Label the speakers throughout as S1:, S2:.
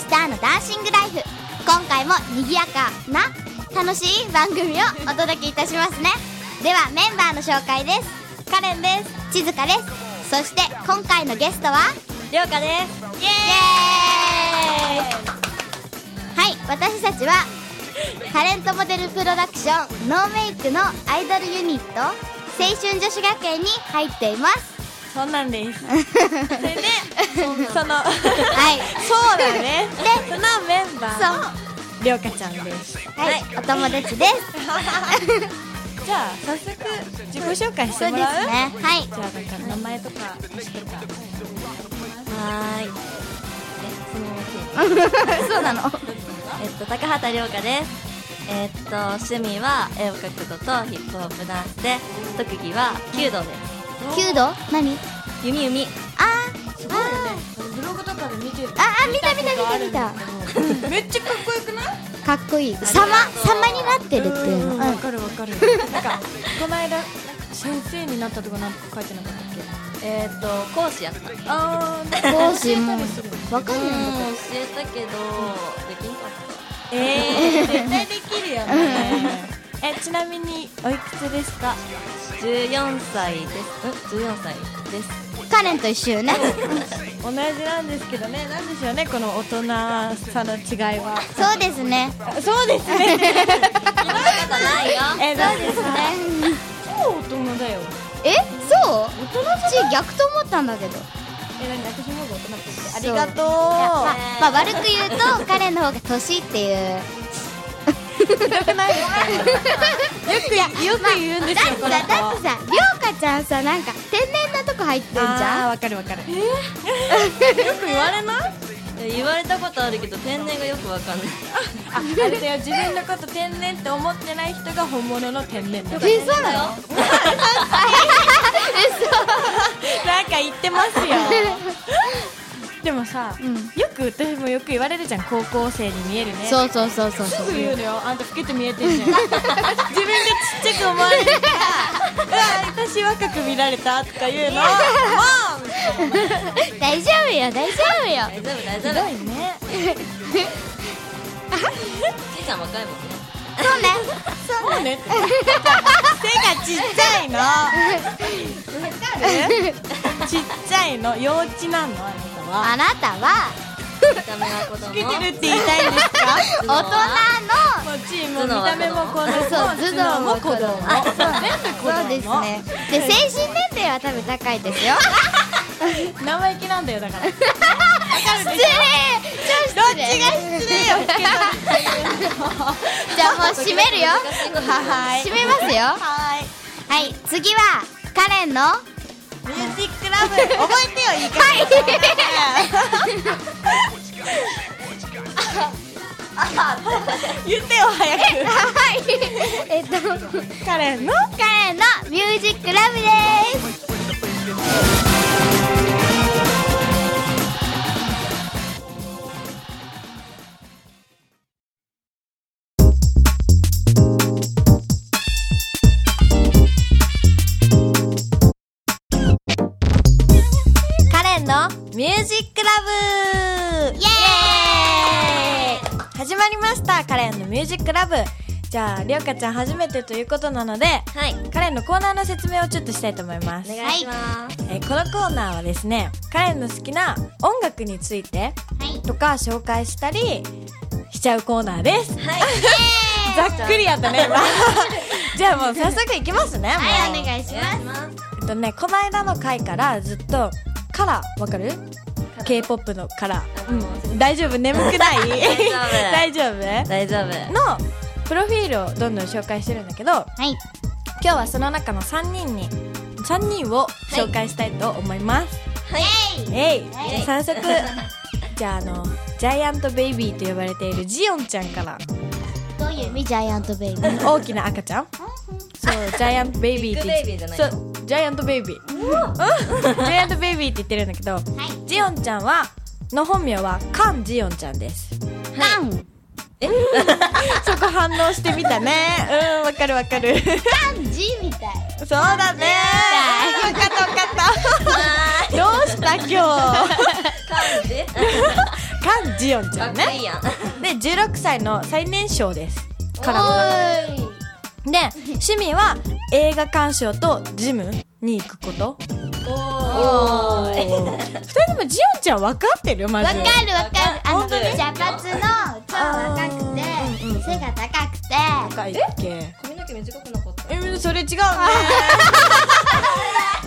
S1: スターのダンシングライフ今回も賑やかな楽しい番組をお届けいたしますねではメンバーの紹介ですカレンです静香ですそして今回のゲストは
S2: りょうかです
S1: イエーイはい私たちはタレントモデルプロダクションノーメイクのアイドルユニット青春女子学園に入っています
S2: そうなんですそれでそその
S1: はい
S2: そうだね
S1: で
S2: そのメンバ
S1: そう
S2: ーのりょうかちゃんです
S1: はい、お友達です
S2: じゃあ早速自己紹介し
S1: そう
S2: て
S1: です
S2: も
S1: ね
S2: らう
S1: はい
S2: じゃあなんか名前とか年とか
S3: はーい。え、質問
S1: そうなの
S3: OK。えっと、高畑涼香です。えっと、趣味は絵を描くこととヒップホップダンスで、特技は弓道です。
S1: 弓道何
S3: 弓弓。
S1: あ
S4: すごいよねブログとかで見 てる
S1: ーああ見た見た見た見た
S4: めっちゃかっこよくない
S1: かっこいい様様になってるっていうの
S4: ん
S1: うん
S4: わかるわかるなんかこの間先生になったとかなんか書いてなかったっけ
S3: えっと、講師やった。うーん、教
S4: あー
S1: 講師もわかんないのか
S3: えたけど、できんかっ
S2: ええー、絶対できるよねえちなみにおいくつですか
S3: た。14歳です。ん ?14 歳 です。
S1: カレンと一緒よね
S2: 同じなんですけどねなんでしょうねこの大人さの違いは
S1: そうですね
S2: そうですね
S3: そんなことないよ。
S2: えどうですか
S4: 超大人だよ
S1: えそう大人逆と思ったんだけど
S4: え、なに私の方が大人っぽい
S2: ありがとう
S1: まあ、まあ、悪く言うとカレンの方が年って いう
S2: よくないですかよくよく言うんです
S1: だ
S2: よ
S1: ってさ
S2: この子
S1: だってさりょうかちゃんさなんか天然なとこ入ってんじ
S2: あー
S1: ゃん
S2: わかるわかる
S3: よく言われない言われたことあるけど、天然がよくわかんない。
S2: ああれだよ自分のこと天然って思ってない人が本物の天然だ
S1: えそうなの
S3: よ。
S2: なんか言ってま すよでもさ、
S1: うん
S2: よく私もよく言われるじゃん高校生に見えるね
S1: そうそうそうそうそう
S2: すぐ言うのよあんた老けて見えてんじゃん自分がちっちゃく思わ れるからうわ私若く見られたとか言うのも
S1: 大丈夫よ大丈夫よ
S3: 大丈夫、大丈
S2: う
S3: 夫。
S2: いね
S3: ちいちゃん若いもんね。
S1: そうね
S2: そうね手がちっちゃいのちっちゃいの幼稚なのあなたは
S1: あなたは
S3: 見た目は子供。
S2: 老けてるって言いたいんですか
S1: 大人
S2: もうチームも見た目も子供も
S1: そう頭脳も
S2: も子供も全部子供
S1: のそうですねで精神年齢は多分高いですよ
S2: 生意気なんだよだからどっ
S1: 失礼超失礼
S2: ちが失礼よ老けてる
S1: じゃあもう閉めるよ
S2: は
S1: 閉めますよ
S2: はい
S1: はい次はカレンのは
S2: ミュージックラブ覚えてよ言い方
S1: い
S2: 言ってよ
S1: は
S2: 早
S1: い。 えっと、カ
S2: くカレンの
S1: レンのミュージックラブです。
S3: カレンのミュージックラブ
S1: イエーイ。
S2: 始まりましたカレンのミュージックラブじゃありょうかちゃん初めてということなので
S3: はい、
S2: カレンのコーナーの説明をちょっとしたいと思います
S3: お願いします。
S2: えーこのコーナーはですねカレンの好きな音楽について
S1: はい。
S2: とか紹介したりしちゃうコーナーです
S3: はい、
S2: ざっくりやったね今 じゃあもう早速いきますね、
S1: はい、
S2: もう
S1: お願いします。
S3: ます。
S2: えっとねこの間の回からずっとカラーわかる k p o p のカラー、うん、大丈夫眠くない大
S3: 大
S2: 丈夫
S3: 大丈夫。
S2: のプロフィールをどんどん紹介してるんだけど
S1: はい。
S2: 今日はその中の3人に3人を紹介したいと思います、
S1: はい。
S2: えい
S1: はい
S2: じゃ あ早速じゃああのジャイアントベイビーと呼ばれているジオンちゃんから
S1: どういう意味ジャイアントベイビー。
S2: 大きな赤ちゃんそうジャイアントベイビーって言っ
S3: ビッグベイビーじゃない
S2: そうジャイアントベイビージャイアントベイビーって言ってるんだけど
S1: はい。
S2: ジオンちゃんはの本名はカンジオンちゃんです
S1: カン。
S2: そこ反応してみたねうんわかるわかる
S1: カンジみたい。
S2: そうだねよ かったよかったどうした今日
S3: 感じ。
S2: カンジヨンち
S3: か
S2: ゃ
S3: っ
S2: ん
S3: こ
S2: ね
S3: いいやん。
S2: で16歳の最年少です
S3: カラー
S2: で趣味は映画鑑賞とジムに行くこと
S3: おー。え
S2: 2人ともジヨンちゃん分かってるマ
S1: わ
S2: ジ
S1: かる
S2: で
S1: わかるあの
S3: 本当に
S1: 茶髪の超若くて背が高くて
S2: かるっけ
S3: 髪の毛短くなかった。
S2: えそれ違うね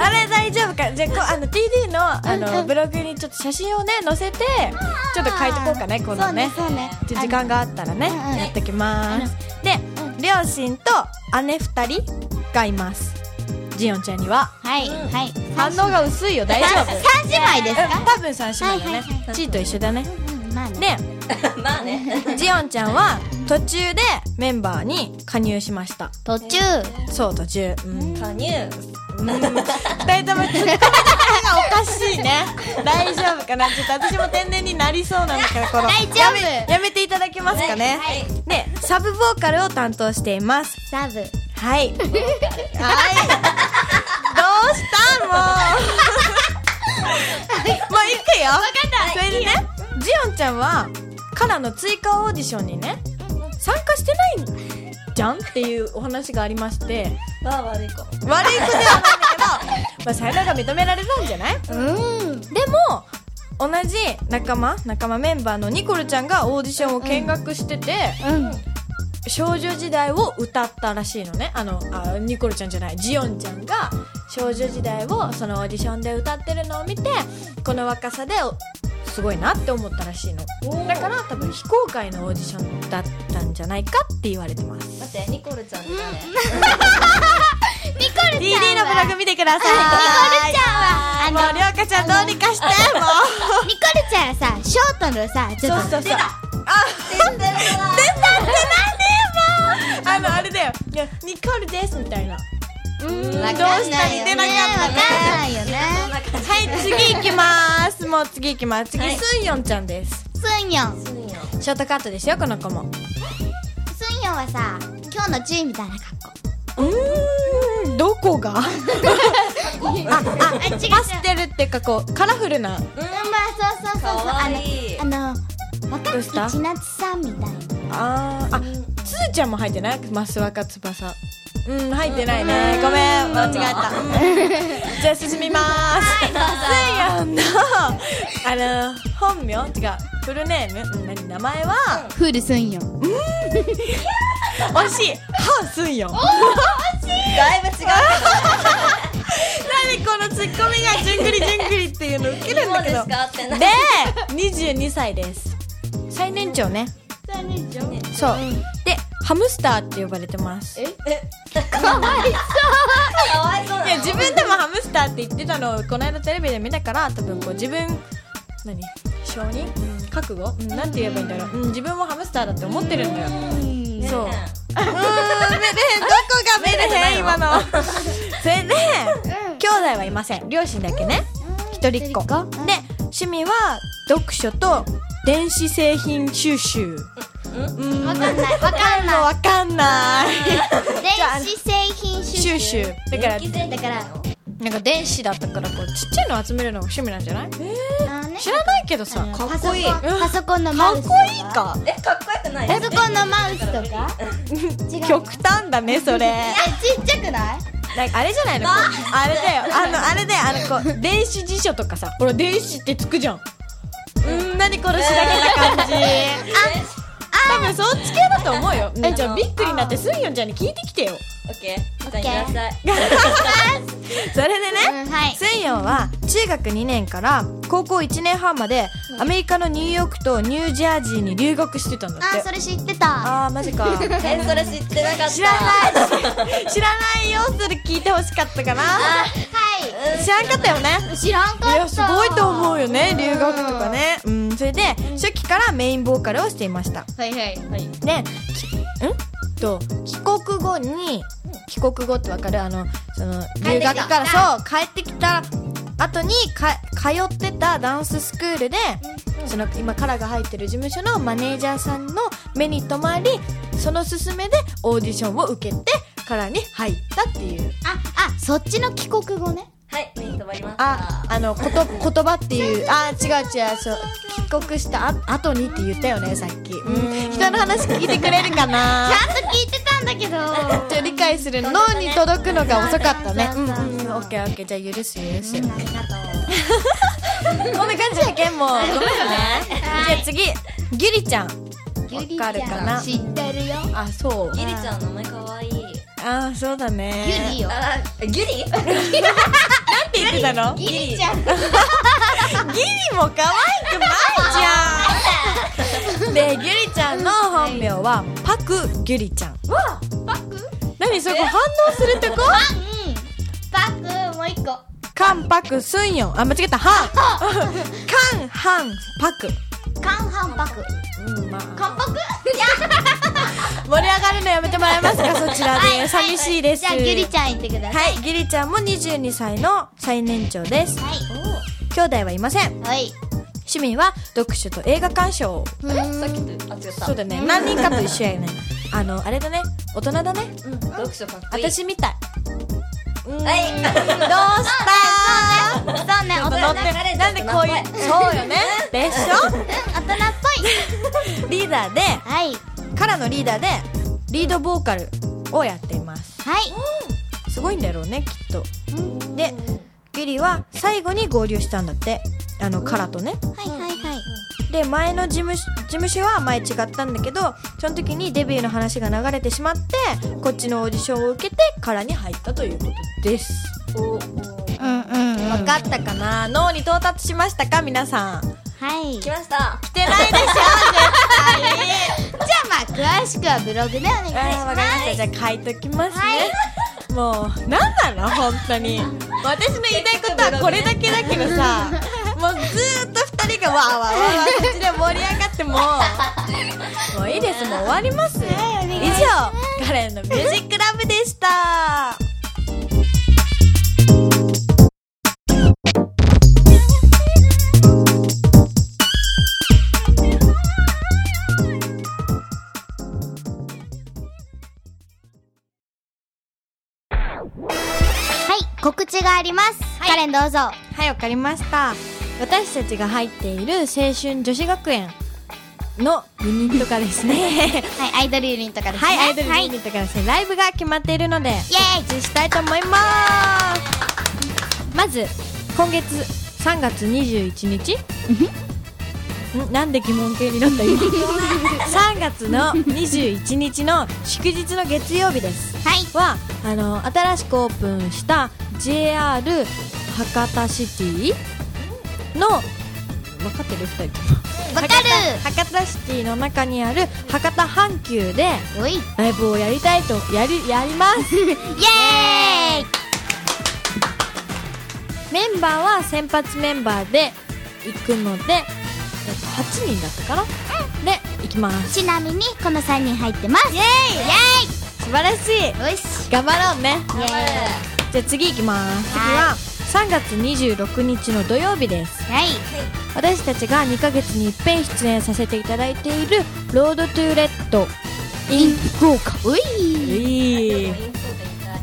S2: あれ大丈夫かじゃあこうあの TD のあのブログにちょっと写真をね載せてちょっと書いとこうかねこ
S1: そ
S2: の
S1: う
S2: ね
S1: ねそうね
S2: じゃあ時間があったらね
S1: うんうん
S2: やってきますで両親と姉2人がいますジヨンちゃんには
S1: はいはい
S2: 反応が薄いよ大 丈夫
S1: 三姉妹ですか
S2: 多分三姉妹だ
S1: はい
S2: ね
S1: はいは
S2: チーと一緒だね
S1: うんまあね
S2: で
S3: まあね。
S2: ジオンちゃんは途中でメンバーに加入しました
S1: 途中
S2: そう途中うん
S3: 加入。
S2: 二人ともツッコミがおかしい ね大丈夫かなちょっと私も天然になりそうなんだからこの
S1: 大丈夫
S2: やめていただけますかね
S3: い。
S2: でサブボーカルを担当しています
S1: サブ
S2: はいはいどうしたもうもう一回よ分かったそれでねジオンちゃんはカラの追加オーディションにね参加してないじゃんっていうお話がありまして
S3: わあ悪い子。
S2: 悪い子ではないんだ けど、まあ、才能が認められたんじゃない
S1: うん
S2: でも同じ仲間仲間メンバーのニコルちゃんがオーディションを見学してて、
S1: うん
S2: 少女時代を歌ったらしいのねあのあニコルちゃんじゃないジオンちゃんが少女時代をそのオーディションで歌ってるのを見てこの若さでおすごいなって思ったらしいのだから多分非公開のオーディションだったんじゃないかって言われて ます
S3: 待って、ニコルちゃんだね。
S1: ニコル
S2: DD
S1: ちゃん
S2: のブ
S1: は
S2: ログ見てください
S1: ニコルちゃん
S2: も
S1: は
S2: うりょうかちゃんどうにかしてもう
S1: あのニコルちゃんはさショートのさちょっと
S2: そうそうあのあれだよいや「ニコルです」みたいな「
S1: うん
S2: どう
S1: わ
S2: した似てなかった
S1: わかん
S2: ね
S1: ないよね
S2: はい次行きます」もう次行きます次、
S3: はい
S2: スンヨンちゃんです
S1: スンヨン
S3: すんよ。
S2: ショートカットですよこの子も
S1: スンヨンはさ今日のジュイみたいな格好
S2: うんどこ があ
S1: あ違う違う
S2: パステルっていうかこうカラフルな
S1: うんまあそうそうそうそう
S3: かわいい
S1: あのあの
S2: ど
S1: 若
S2: うした
S1: 槻千夏さんみたいな
S2: あーあつーちゃんも入ってないマスワカツバサうん入ってないねごめん間違えた、うん じゃあ進みますスーヨンのあの本名違うフルネームうん何名前は
S1: フルスンヨン
S2: 惜しいハースンヨン
S3: だ いぶ違うけど。
S2: 何このツッコミがじゅんぐりじゅんぐりっていうのウケるん
S3: ど
S2: だ
S3: う
S2: け
S3: です
S2: ど
S3: かってな。
S2: で22歳です最年長ねそう、でハムスターって呼ばれてますい
S3: かわいそうなの。
S2: や自分でもハムスターって言ってたのをこの間テレビで見たから多分こう自分何承認、うん覚悟、うん、なんて言えばいいんだろう、うん、自分もハムスターだって思ってるんだよそううーんメルヘンどこがメルヘン今のそれで、兄弟はいません両親だけね一人っ
S1: 一人
S2: 子
S1: っ子
S2: で趣味は読書と電子製品収集うん
S1: わかんないわかん
S2: もう
S1: ない
S2: わかんない
S1: 電子製品
S2: 収
S1: 収集
S2: 集だから
S1: だから
S2: なんか電子だったからこうちっちゃいの集めるのが趣味なんじゃない
S1: あのね
S2: 知らないけどさ
S1: あの
S2: かっ
S1: パソ
S2: こ
S1: コ
S2: いい
S1: ンパソコンのマ
S2: かっ
S1: ウス
S2: こといいか
S3: え、かっこよくない
S1: パソコンのマウスとか違う
S2: 極端だねそれ
S1: えちっちゃくない
S2: なんかあれじゃないのこうあれだよあのあれだよあのこう電子辞書とかさほら電子ってつくじゃんうん何このしだけな 感じ多分そっち系だと思うよねえじゃあびっくりになってすんよんちゃんに聞いてきてよ
S3: オッケー。じゃあ、いらっしゃい。
S2: それでね
S1: うんはい
S2: スンヨンは中学2年から高校1年半までアメリカのニューヨークとニュージャージーに留学してたんだって
S1: あそれ知ってた
S2: あーマジか
S3: え、それ知ってなかった。
S2: 知らない知らないよそれ聞いてほしかったかな
S1: は
S2: 知らんかったよね
S1: い知らんかった
S2: いやすごいと思うよね留学とかねうんそれで初期からメインボーカルをしていました
S1: はいはい
S3: はい。
S2: できんと帰国後に帰国後ってわかるあのその
S1: 帰っ
S2: 留
S1: てきた
S2: 学からそう帰ってきた後にか通ってたダンススクールでその今カラが入ってる事務所のマネージャーさんの目に留まりその勧めでオーディションを受けてカラに入ったっていう
S1: ああそっちの帰国語ね
S3: はい、目に留まりました。
S2: あ、あの、こと、言葉っていう、あ、違う違う、そう、帰国したあ後にって言ったよね、さっき。うん。人の話聞いてくれるかな
S1: ゃんと聞いてたんだけど
S2: ちょっと理解するの、脳に届くのが遅かったね。
S1: うんうんうん
S2: オッケーオッケー、じゃあ許す許す。
S1: ありがとう
S2: こんな感じやけんもう。ごめんね。
S1: は
S2: じゃあ次、ギリちゃん。わかるかな
S1: 知ってるよ
S2: あ、そう。
S3: ギリちゃんの名前可愛い。
S2: あー、そうだね。
S1: ギュリよ
S3: あ、ギ
S2: っ
S3: リ？
S2: て言ってたのギ
S1: ギリちゃん
S2: リも可愛くないじゃんで、ギュリちゃんの本名は、パク・ギュリちゃん。わパク何そこ反応するとこ
S1: パンパクもう一個
S2: カンパクスンヨン。あ、間違えた。ハン。カン、ハン、パク。
S1: カンハンパク
S2: うん、まあ。
S1: カンパク
S2: 盛り上がるのやめてもらえますか、そちらで。寂しいです。
S1: じゃあギュリちゃん言ってください
S2: はい、ギリちゃんも22歳の最年長です。
S1: はい
S2: 兄弟はいません。
S1: はい
S2: 趣味は読書と映画鑑賞。
S1: うーん
S3: さっきとあ違った。
S2: そうだね。何人かと一緒やね。あの、あれだね。大人だね。
S3: うん。読書かっこいい。
S2: 私みたい。
S3: は
S2: ど
S3: い。
S2: うした
S1: そうね大人
S2: 乗
S1: う
S2: っ
S1: ん
S2: てなんでこういう。そうよね。でし
S1: 大人っぽい
S2: ょリーダーで、
S1: はい
S2: からのリーダーで、リードボーカルをやっています。
S1: はい
S2: すごいんだろうね、きっと。で、ギリは最後に合流したんだって。あの、からとね。
S1: はいはいはい
S2: で前の事務所事務所は前違ったんだけどその時にデビューの話が流れてしまってこっちのオーディションを受けてからに入ったということです
S1: うんうんうん
S2: 分かったかな脳に到達しましたか皆さん来
S1: はい
S3: 来
S1: じゃ
S3: ました。
S2: てないでしょ
S1: あまあ詳しくはブログでお願いし
S2: あーわか
S1: ま
S2: りましたじゃあ書いときますね、
S1: はい
S2: もう何なの本当に私の言いたいことはこれだけだけど さもうずーっと二人がわーわーわーわーこっちで盛り上がってももういいですもう終わります以上カレンのミュージックラブでした
S1: すはい告知がありますカレンどうぞ
S2: はいわかりました私たちが入っている青春女子学園のユニットがですね
S1: はいアイドルユニットからですね
S2: はいアイドル
S1: はい
S2: ユ
S1: イエ
S2: ニットがですねライブが決まっているので
S1: ーイ
S2: 告知したいと思いますまず今月3月21日んなんで疑問形になった今3月の21日の祝日の月曜日です
S1: はい
S2: はあの新しくオープンした JR 博多シティの分かってる2人とも
S1: わかる
S2: 博多シティの中にある博多阪急で
S1: おいイエ
S2: ライブをやりたいとやるやります
S1: ーイ
S2: メンバーは先発メンバーで行くので、えっと、8人だったかな、で行きます
S1: ちなみにこの3人入ってますイエー
S2: 素晴らしい
S1: イイエーイよし
S2: 頑張ろうね
S1: イエ
S2: じゃあ次行きます次
S1: は
S2: は3月26日の土曜日です
S1: ーイはい
S2: 私たちが2ヶ月に一遍出演させていただいている「ロードトゥーレッド in 福岡」
S1: おい
S2: いい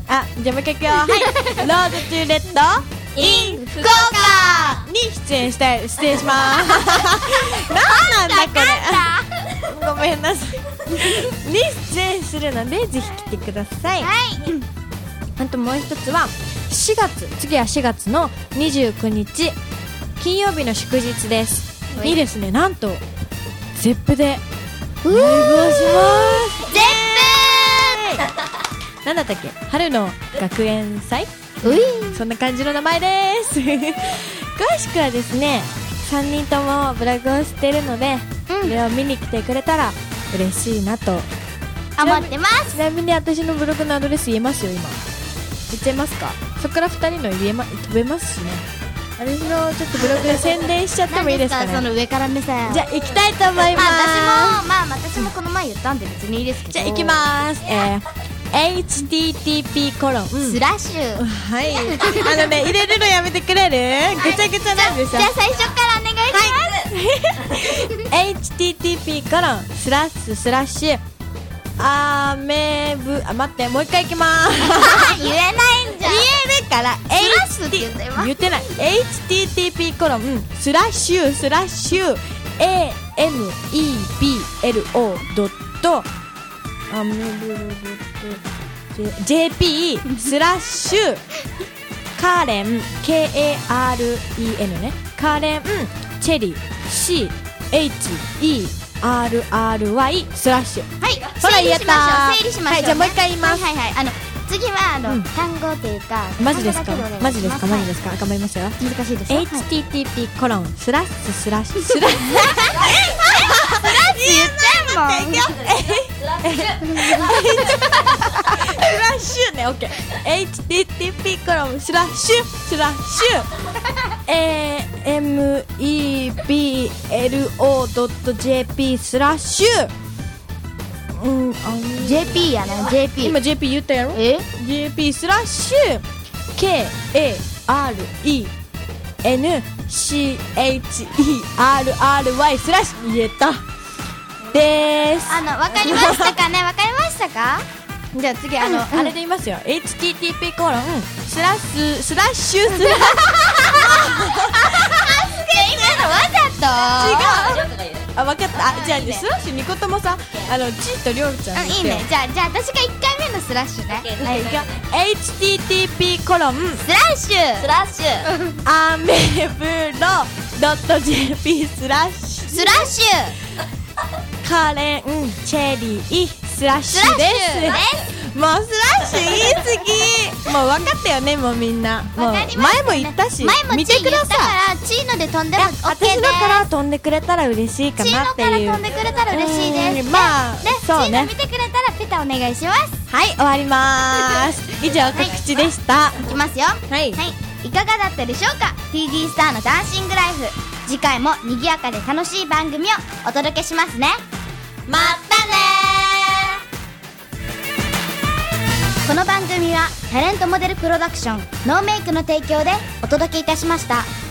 S2: あじゃあもう一回いくよ はい「ロードトゥーレッド in
S1: 福岡
S2: に出演したい出演します。なんなんだこれ。ごめんなさい。に出演するのでぜひ来てください。
S1: はい
S2: あともう一つは4月次は4月の29日金曜日の祝日です。
S1: はい
S2: いいですね。なんとゼップで
S1: う
S2: ライ
S1: ー
S2: ブをしま
S1: 全
S2: す。なんだったっけ春の学園祭
S1: 部うい
S2: そんな感じの名前です 詳しくはですね3人ともブログをしてるので、
S1: うん
S2: これを見に来てくれたら嬉しいなと
S1: 思ってます
S2: ちなみに私のブログのアドレス言えますよ今言っちゃいますかそこから2人の言え、ま、飛べますしね私のちょっとブログで宣伝しちゃってもいいですかね
S1: 何その上から目線
S2: じゃあ行きたいと思います、
S1: まあ私もまあ私もこの前言ったんで別にいいですけど
S2: じゃあ行きますえー http コロン、
S1: スラッシュ
S2: はいあのね入れるのやめてくれるぐちゃぐちゃなんで
S1: じ
S2: す
S1: ゃ
S2: よ
S1: あ最初からお願いします
S2: http コロンスラッシュスラッシュあめぶあ待ってもう一回いきまーす
S1: 言えないんじゃん
S2: 言えるから
S1: スラッシュって言ってます
S2: 言ってない http コロンスラッシュスラッシュ ameblo ドットアメブロドット J- jp スラッシュカーレン K-A-R-E-N ねカーレンチェリー C-H-E-R-R-Y スラッシュ
S1: はい
S2: ほら
S1: 整理しましょう
S2: 言えた
S1: 整理しましょう、ね、
S2: はいじゃあもう一回言います
S1: はいはいはいあの次はあの、
S2: うん
S1: 単語というか
S2: マジですか
S1: 単語だけお願いします
S2: マジですかマジですすか頑張りますよ
S1: はい難しいですよ、はい
S2: http コロンスラッシュスラッシュスラッシュ
S1: 言ってんもん
S2: スラッシュね、オッケー。http コロンスラッシュスラッシュ ameblo.jp スラッシュうん、あの
S1: JP やな JP
S2: 今 JP 言ったやろ
S1: え
S2: JP スラッシュ KARENCHERRY スラッシュ言えたでーす
S1: あのわかりましたかねわかりましたか
S2: じゃあ次あの、あれで言いますよ http コロンスラッススラッシュ スラッシ
S1: 今のわざと
S3: りょうかが言う
S2: ュあ分かったあじゃあねスラッシュ2個ともさあのちいとりょうちゃ
S1: う
S2: ん
S1: んいいねじゃあじゃあ私が1回目のスラッシュね
S3: けど
S1: はい
S3: ス
S2: http コロン
S1: スラッシュ
S3: ラッシュ
S2: アメブロドット JP スラッシュ
S1: スラッシュ
S2: カレンチェリースラッシ
S1: スラ
S2: ュ
S1: ッ
S2: で
S1: シュです
S2: もうスラッシュ言い 過ぎもう分かったよねもうみんなもう
S1: わかりました
S2: 前も言ったし
S1: 前も
S2: 見
S1: チ
S2: て
S1: ー言
S2: くだ
S1: ったか
S2: さい
S1: らチーノで飛んでも OK
S2: 私のから飛んでくれたら嬉しいか
S1: ですチー
S2: な
S1: ノ
S2: って
S1: から
S2: いう
S1: 飛んでくれたら嬉しいで
S2: う
S1: す
S2: んまあ
S1: ででチ
S2: そう
S1: ーノ
S2: ね
S1: 見てくれたらペタお願いします
S2: はい終わりまーす以上告知でした
S1: いきますよ
S2: はい
S1: い、いかがだったでしょうか TD スターのダンシングライフ次回も賑やかで楽しい番組をお届けしますねまたねこの番組はタレントモデルプロダクションノーメイクの提供でお届けいたしました。